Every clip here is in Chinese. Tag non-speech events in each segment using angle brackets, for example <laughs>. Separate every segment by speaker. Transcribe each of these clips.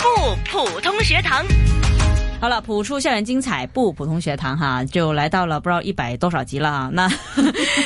Speaker 1: 普通学堂。
Speaker 2: 好了，朴树校园精彩不普通学堂哈，就来到了不知道一百多少集了啊。 <laughs> 那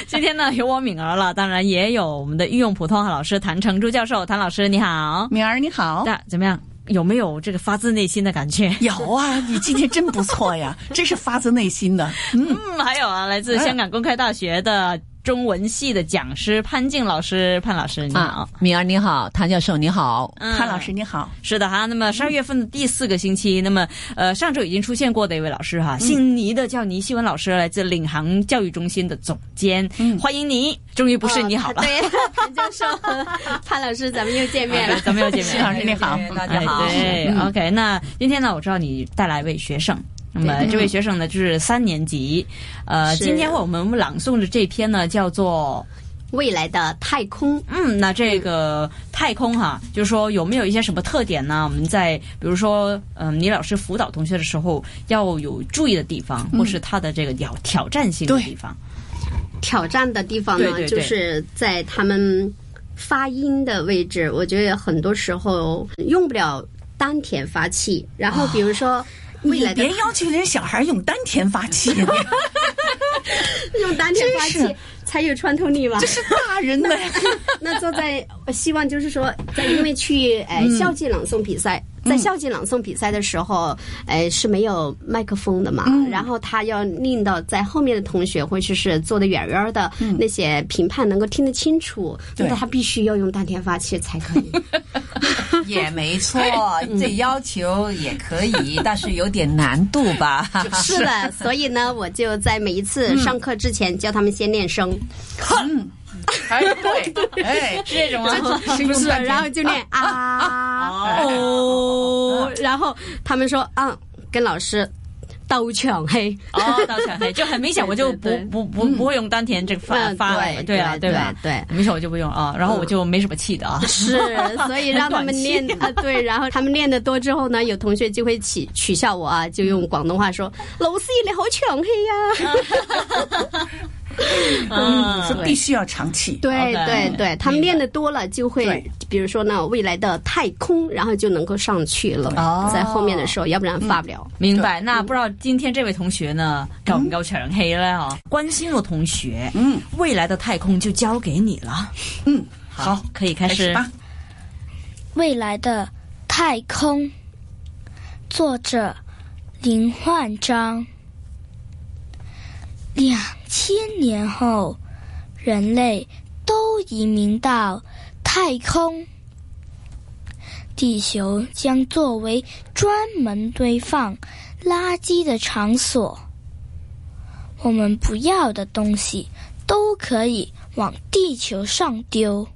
Speaker 2: 今天呢，有我敏儿了，当然也有我们的御用普通话老师谭成珠教授，谭老师你好。
Speaker 3: 敏儿你好，
Speaker 2: 那怎么样？有没有这个发自内心的感觉？
Speaker 3: 有啊，你今天真不错呀，这是发自内心的。嗯，
Speaker 2: <laughs> 嗯，还有啊，来自香港公开大学的中文系的讲师潘静老师，潘老师你好
Speaker 4: 啊。，敏儿你好，谭教授你好，
Speaker 2: 嗯
Speaker 3: 潘老师你好，
Speaker 2: 是的哈，那么十二月份的第四个星期，那么呃上周已经出现过的一位老师哈，姓倪的叫倪希文老师，来自领航教育中心的总监，欢迎你，终于不是你好了，
Speaker 5: 哦对，谭教授、 <laughs> 潘老师，咱们又见面了
Speaker 2: <laughs> 对，。咱
Speaker 3: <laughs>
Speaker 2: 们又见
Speaker 3: 徐
Speaker 2: 面
Speaker 3: 老
Speaker 2: 了。
Speaker 3: 师啊你好，
Speaker 4: 大家好，
Speaker 2: 哎、对、o k 那今天呢，我知道你带来一位学生。那么这位学生呢，就是三年级，呃，
Speaker 5: 是
Speaker 2: 今天为我们朗诵的这篇呢，叫做
Speaker 5: 未来的太空，
Speaker 2: 嗯，那这个太空哈、就是说有没有一些什么特点呢？我们在比如说，嗯、倪老师辅导同学的时候要有注意的地方，
Speaker 5: 嗯
Speaker 2: 或是他的这个挑挑战性的地
Speaker 5: <laughs>
Speaker 2: 方。
Speaker 5: 挑战的地方呢，
Speaker 2: 对对对
Speaker 5: 就是在他们发音的位置。我觉得很多时候用不了丹田发气，然后比如说嗯未
Speaker 3: 你
Speaker 5: 来的
Speaker 3: 别要求人小孩用丹田发气，这
Speaker 5: 用丹田发
Speaker 3: 真
Speaker 5: 气
Speaker 3: 是
Speaker 5: 才有穿透力嘛。
Speaker 3: 是大人的呀。
Speaker 5: <laughs> 那坐在，我希望就是说，在因为去呃校际朗诵比赛，在校际朗诵比赛的时候，呃是没有麦克风的嘛，然后他要令到在后面的同学或者是坐得远远的那些评判能够听得清楚，
Speaker 3: 对
Speaker 5: 那他必须要用丹田发气才可 <laughs> 以。
Speaker 4: 也没错，这要求也可以，但是有点难度 <laughs> 吧。
Speaker 5: 是的，所以呢，我就在每一次上课之前教他们先练声，
Speaker 3: 哎，对， <laughs> 哎，
Speaker 2: 是这种吗？
Speaker 3: 不
Speaker 5: 是，然后就练啊哦，然后他们说啊，跟老师斗抢黑。
Speaker 2: 哦，到小黑就很明显，我就不
Speaker 5: 对对对
Speaker 2: 不不不会用丹田这个发
Speaker 5: 嗯
Speaker 2: 发
Speaker 5: 对
Speaker 2: 对啊
Speaker 5: 对对
Speaker 2: 吧？
Speaker 5: 对嗯
Speaker 2: 很明显我就不用啊，然后我就没什么气的啊。
Speaker 5: 是，所以让他
Speaker 2: 很短
Speaker 5: 们
Speaker 2: 期
Speaker 5: 练啊，对，然后他们练得多之后呢，有同学就会取取笑我啊，就用广东话说：“老师你好强气啊呀、
Speaker 2: 嗯，
Speaker 3: 是必须要长气。
Speaker 2: OK，
Speaker 5: 对对对，他们练得多了就会
Speaker 3: 对，
Speaker 5: 比如说呢，未来的太空，然后就能够上去了
Speaker 2: 哦，
Speaker 5: 在后面的时候，要不然发不了。
Speaker 2: 明白。那不知道今天这位同学呢，够唔够长气咧？哈、啊
Speaker 5: 嗯
Speaker 2: 关心我同学，
Speaker 3: 嗯，
Speaker 2: 未来的太空就交给你了。
Speaker 3: 嗯，
Speaker 2: 好，可以开
Speaker 3: 开
Speaker 2: 始
Speaker 3: 始。吧。
Speaker 6: 未来的太空，作者林焕章。两千年后，人类都移民到太空，地球将作为专门堆放垃圾的场所。我们不要的东西都可以往地球上丢。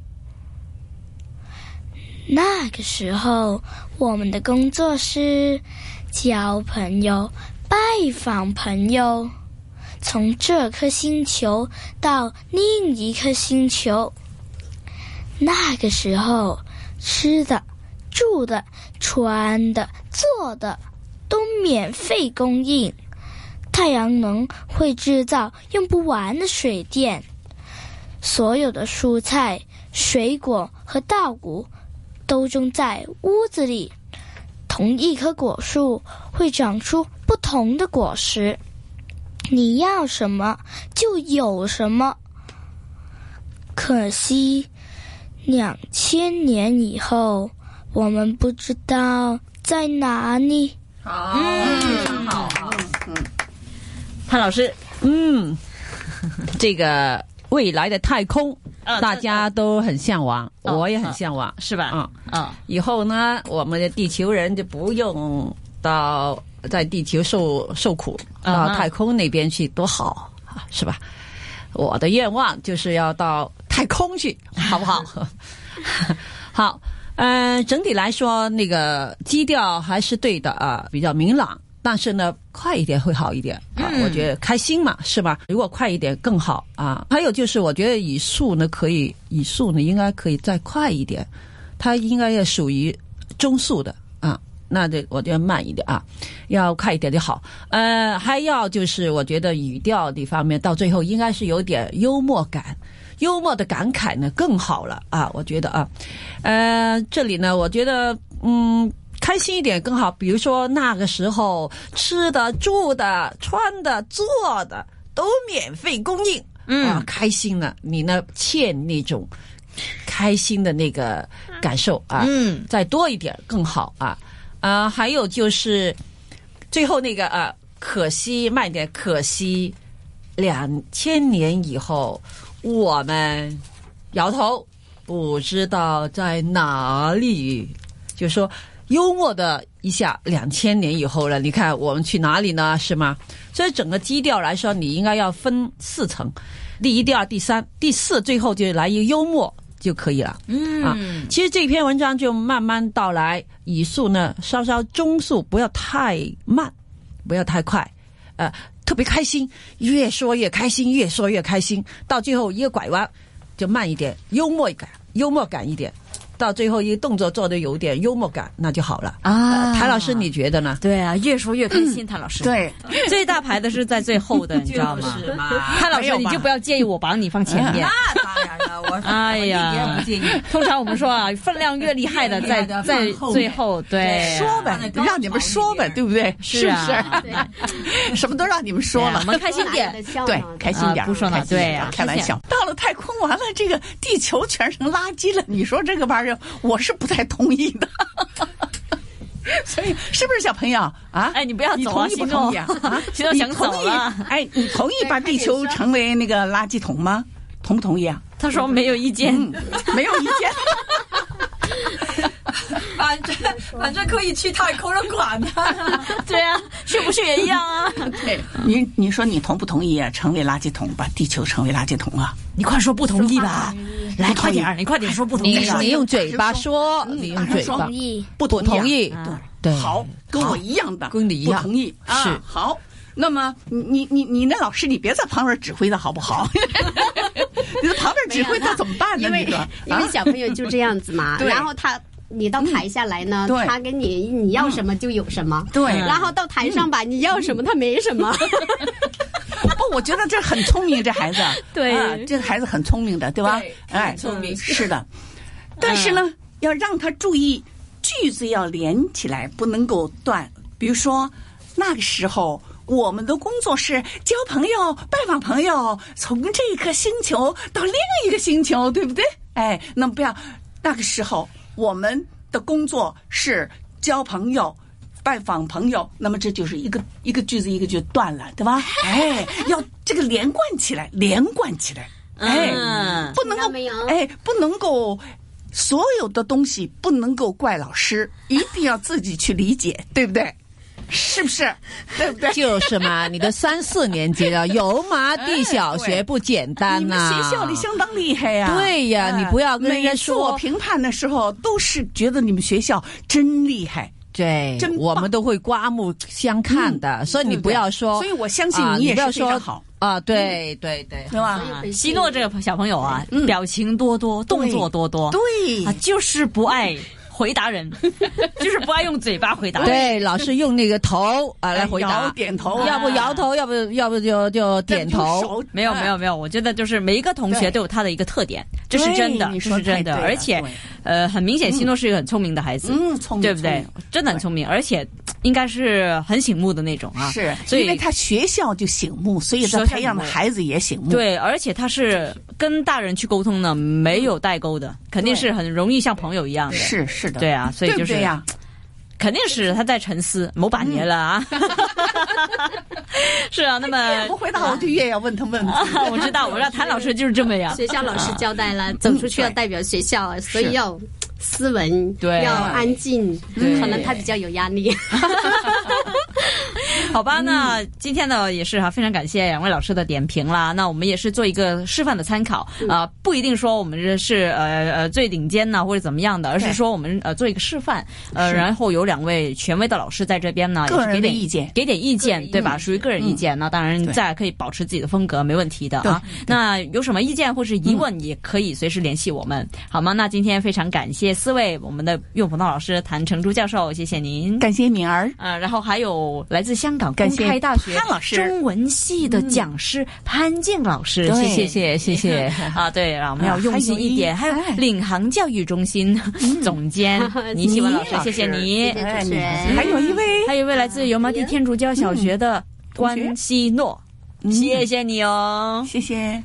Speaker 6: 那个时候，我们的工作是交朋友、拜访朋友，从这颗星球到另一颗星球。那个时候，吃的、住的、穿的、做的都免费供应。太阳能会制造用不完的水电，所有的蔬菜、水果和稻谷都种在屋子里。同一棵果树会长出不同的果实，你要什么就有什么。可惜，两千年以后，我们不知道在哪里。
Speaker 4: 嗯，好，
Speaker 2: 潘老师，
Speaker 4: 嗯，这个未来的太空，
Speaker 2: 啊
Speaker 4: 大家都很向往，
Speaker 2: 嗯
Speaker 4: 我也很向往。
Speaker 2: 是吧？
Speaker 4: 哦嗯，
Speaker 2: 嗯，
Speaker 4: 以后呢，我们的地球人就不用到在地球受受苦，
Speaker 2: 啊
Speaker 4: 到
Speaker 2: 哈
Speaker 4: 太空那边去多好啊，是吧？我的愿望就是要到太空去，好不好？ <laughs> 好，嗯、整体来说，那个基调还是对的啊，比较明朗。但是呢，快一点会好一点啊！我觉得开心嘛，是吧？如果快一点更好啊。还有就是，我觉得语速呢，可以语速呢，应该可以再快一点。它应该要属于中速的啊，那这我觉得慢一点啊，要快一点就好。呃，还要就是我觉得语调这方面到最后应该是有点幽默感，幽默的感慨呢更好了啊，我觉得啊，呃，这里呢，我觉得嗯。开心一点更好。比如说那个时候吃的、住的、穿的、做的都免费供应，
Speaker 2: 嗯
Speaker 4: 啊，开心了，你呢欠那种开心的那个感受啊，
Speaker 2: 嗯
Speaker 4: 再多一点更好啊。啊，还有就是最后那个啊，可惜慢一点，可惜两千年以后我们摇头，不知道在哪里。就说幽默的一下，两千年以后了，你看我们去哪里呢？是吗？所以整个基调来说，你应该要分四层，第一、第二、第三、第四，最后就来一个幽默就可以了。啊
Speaker 2: 嗯
Speaker 4: 其实这篇文章就慢慢到来，语速呢稍稍中速，不要太慢，不要太快，呃，特别开心，越说越开心，越说越开心，到最后一个拐弯就慢一点，幽默感，幽默感一点，到最后一个动作做的有点幽默感，那就好了。
Speaker 2: 啊
Speaker 4: 呃谭老师，你觉得呢？
Speaker 2: 对啊，越说越开心，谭老师。，
Speaker 3: 对，
Speaker 2: 最大牌的是在最后的，你知道吗？<laughs>
Speaker 4: 是嘛？
Speaker 2: 谭老
Speaker 3: 没
Speaker 2: 师，
Speaker 3: 有吧嗯
Speaker 2: 你就不要介意我把你放前面。
Speaker 4: 那当然了，我
Speaker 2: <laughs> 哎呀，通常我们说啊，分量越厉害的，
Speaker 1: 越厉
Speaker 2: 在
Speaker 1: 害的
Speaker 2: 在
Speaker 1: 放后
Speaker 2: 最
Speaker 1: 面
Speaker 2: 后，
Speaker 4: 哎
Speaker 2: 对，
Speaker 3: 说呗
Speaker 1: 放在，高
Speaker 3: 让你们说
Speaker 1: 潮
Speaker 3: 呗，
Speaker 1: 里边
Speaker 3: 对不对？
Speaker 2: 是啊
Speaker 3: 不是？什么都让你们说
Speaker 2: 对
Speaker 3: 了
Speaker 2: 我。们开心点。
Speaker 3: 对，
Speaker 5: 嗯
Speaker 3: 开心点儿、
Speaker 2: 啊不说了
Speaker 3: 开心点儿
Speaker 2: 对呀
Speaker 3: 开玩笑。到了太空完了，这个地球全成垃圾了，你说这个玩意儿，我是不太同意的。 <laughs> 所以，是不是小朋友啊？
Speaker 2: 哎，你不要
Speaker 3: 你
Speaker 2: 走啊，
Speaker 3: 同意
Speaker 2: 心
Speaker 3: 不
Speaker 2: 中
Speaker 3: 同意啊？啊
Speaker 2: 心中
Speaker 3: 你
Speaker 2: 想
Speaker 3: 同
Speaker 2: 走
Speaker 3: 意
Speaker 2: 了。？
Speaker 3: 哎，你同意把地球
Speaker 5: 对开始
Speaker 3: 成为那个垃圾桶吗？同不同意啊？
Speaker 2: 他说没有意见，
Speaker 3: 嗯，没有意见。
Speaker 1: 反正反正可以去太空了，管他。
Speaker 2: 对啊，是不是也一样啊？
Speaker 3: 对，你你说你同不同意啊？成为垃圾桶，把地球成为垃圾桶啊？
Speaker 2: 你快说不同意吧，
Speaker 4: <laughs>
Speaker 2: 来
Speaker 3: 不同意
Speaker 2: 快点儿，你快点说不同
Speaker 4: 你
Speaker 2: 意吧。
Speaker 4: 你用嘴巴说，
Speaker 3: 嗯
Speaker 4: 你用嘴
Speaker 3: 大
Speaker 4: 巴
Speaker 6: 同，意。
Speaker 3: 不啊
Speaker 4: 不同意，对，
Speaker 3: 嗯好，跟我一样的，
Speaker 4: 跟你一样
Speaker 3: 不同意啊。
Speaker 4: 是
Speaker 3: 好，那么你你你你那老师，你别在旁边指挥他好不
Speaker 4: <laughs>
Speaker 3: 好？你在旁边指挥他怎么办呢？
Speaker 5: 因为
Speaker 3: 你啊说
Speaker 5: 因为小朋友就这样子嘛，
Speaker 3: 对
Speaker 5: 然后他。你到台下来呢，
Speaker 3: 嗯对
Speaker 5: 他给你你要什么就有什么，
Speaker 3: 对
Speaker 5: 然后到台上吧，你要什么他没什么，
Speaker 3: 啊不，我觉得这很聪明，这孩
Speaker 4: <laughs>
Speaker 3: 子，
Speaker 2: 对
Speaker 3: 啊这孩子很聪明的，对吧？
Speaker 1: 对
Speaker 3: 哎，
Speaker 1: 很聪明
Speaker 3: 是的。但是呢，要让他注意句子要连起来，不能够断。比如说，那个时候我们的工作是交朋友、拜访朋友，从这一颗星球到另一个星球，对不 <laughs> 对？哎，那么不要那个时候我们的工作是交朋友。拜访朋友，那么这就是一个一个句子一个句子断了，对吧？哎，要这个连贯起来，连贯起来，哎，
Speaker 2: 嗯
Speaker 3: 不能
Speaker 5: 听到没有
Speaker 3: 够，哎，不能够，所有的东西不能够怪老师，一定要自己去理解，对不对？是不是？对 <laughs>
Speaker 4: <laughs>
Speaker 3: 不对？
Speaker 4: 就是嘛，你的三四年级了，油麻地小学不简单
Speaker 3: 你
Speaker 4: 呐、
Speaker 3: 们学校里相当厉害呀、
Speaker 4: 对呀
Speaker 3: 哎
Speaker 4: 你不要跟人家
Speaker 3: 每次
Speaker 4: 说
Speaker 3: 我评判的时候，都是觉得你们学校真厉害，
Speaker 4: 对
Speaker 3: 真，棒
Speaker 4: 我们都会刮目相看的，所以你
Speaker 3: 对不
Speaker 4: 不
Speaker 3: 对
Speaker 4: 要说，
Speaker 3: 所以我相信
Speaker 4: 啊
Speaker 3: 你
Speaker 4: 你
Speaker 3: 也
Speaker 4: 不要
Speaker 3: 是非常
Speaker 4: 说
Speaker 3: 好嗯
Speaker 4: 啊，对对对，
Speaker 3: 对吧？
Speaker 2: 啊希诺这个小朋友啊，表情多多，动作多
Speaker 4: 哦
Speaker 2: 多，
Speaker 3: 对
Speaker 2: 啊，就是不爱回答人，就是不爱用嘴巴回答人。
Speaker 4: 对，老师用那个头啊来回答
Speaker 3: 摇，哎点头，啊
Speaker 4: 要不摇头，要不要不就就点头，
Speaker 3: 手
Speaker 2: 没有没有没有，我觉得就是每一个同学
Speaker 3: 对
Speaker 2: 都有他的一个特点，这是真的，
Speaker 3: 对你
Speaker 2: 这
Speaker 3: 说
Speaker 2: 是真的。
Speaker 3: 太对了
Speaker 2: 而且
Speaker 3: 对，
Speaker 2: 呃，很明显，希诺是一个很聪明的孩子，
Speaker 3: 嗯，聪明，
Speaker 2: 对不对
Speaker 3: 聪？
Speaker 2: 真的很聪明，而且应该是很醒目的那种
Speaker 3: 明？
Speaker 2: 啊。
Speaker 3: 是，
Speaker 2: 所以
Speaker 3: 因为他学校就醒目，所以他
Speaker 2: 学校
Speaker 3: 培养的
Speaker 2: 醒目
Speaker 3: 孩子也醒目。
Speaker 2: 对，而且他是跟大人去沟通呢，没有代沟的，肯定是很容易像朋友一样的。
Speaker 3: 是是的，
Speaker 2: 对啊，所以
Speaker 3: 对
Speaker 2: 就
Speaker 3: 不
Speaker 2: 是
Speaker 3: 对呀？
Speaker 2: 肯定是他在沉思，某把年了啊。
Speaker 3: 嗯
Speaker 2: <laughs> 是啊，那么
Speaker 3: <laughs> 不回答我就越要问他问题。
Speaker 2: 啊，我知道，我知道谭老师就是这么样。
Speaker 5: 学校老师交代了，
Speaker 2: 嗯
Speaker 5: 走出去要
Speaker 3: 对
Speaker 5: 代表学校，所
Speaker 3: 是
Speaker 5: 以要斯文，
Speaker 2: 对
Speaker 5: 要安静，
Speaker 2: 对
Speaker 5: 可能他比较有压力。
Speaker 2: <laughs> 好吧，那今天呢也是哈、非常感谢两位老师的点评啦。那我们也是做一个示范的参考啊、不一定说我们这是呃呃最顶尖呐或者怎么样的，而是
Speaker 3: 对
Speaker 2: 说我们呃做一个示范，呃，
Speaker 3: 是
Speaker 2: 然后有两位权威的老师在这边呢，也
Speaker 3: 个
Speaker 2: 是给
Speaker 3: 人的
Speaker 2: 点
Speaker 3: 意见
Speaker 2: 给点意见，嗯对吧？属于个人意见，那当然
Speaker 3: 对
Speaker 2: 再可以保持自己的风格，没问题的啊。那有什么意见或是疑问，也可以随时联系我们，好吗？那今天非常感谢四位我们的用普通老师谭成珠教授，谢谢
Speaker 3: <laughs>
Speaker 2: 您。
Speaker 3: 感谢敏儿，
Speaker 2: 啊呃，然后还有来自香港港
Speaker 4: 感
Speaker 2: 公
Speaker 4: 谢
Speaker 2: 开大学
Speaker 3: 潘老师
Speaker 2: 中文系的讲师潘静老师，
Speaker 4: 对
Speaker 2: 谢谢谢谢谢嗯 <laughs> 啊！对了，我们要用心一点。
Speaker 3: 啊
Speaker 2: 还
Speaker 3: 还有一
Speaker 2: 有领航教育中心总 <laughs> 监倪希文老师
Speaker 3: 倪，老
Speaker 2: 谢
Speaker 3: 师
Speaker 2: 谢你
Speaker 5: 谢。谢
Speaker 3: 哎
Speaker 5: 主持
Speaker 3: 你
Speaker 5: 人。
Speaker 3: 还有一位
Speaker 2: 还有一位来自油麻地嗯天主教小学的嗯
Speaker 3: 同学
Speaker 2: 关希诺，谢谢你哦。
Speaker 3: 谢谢。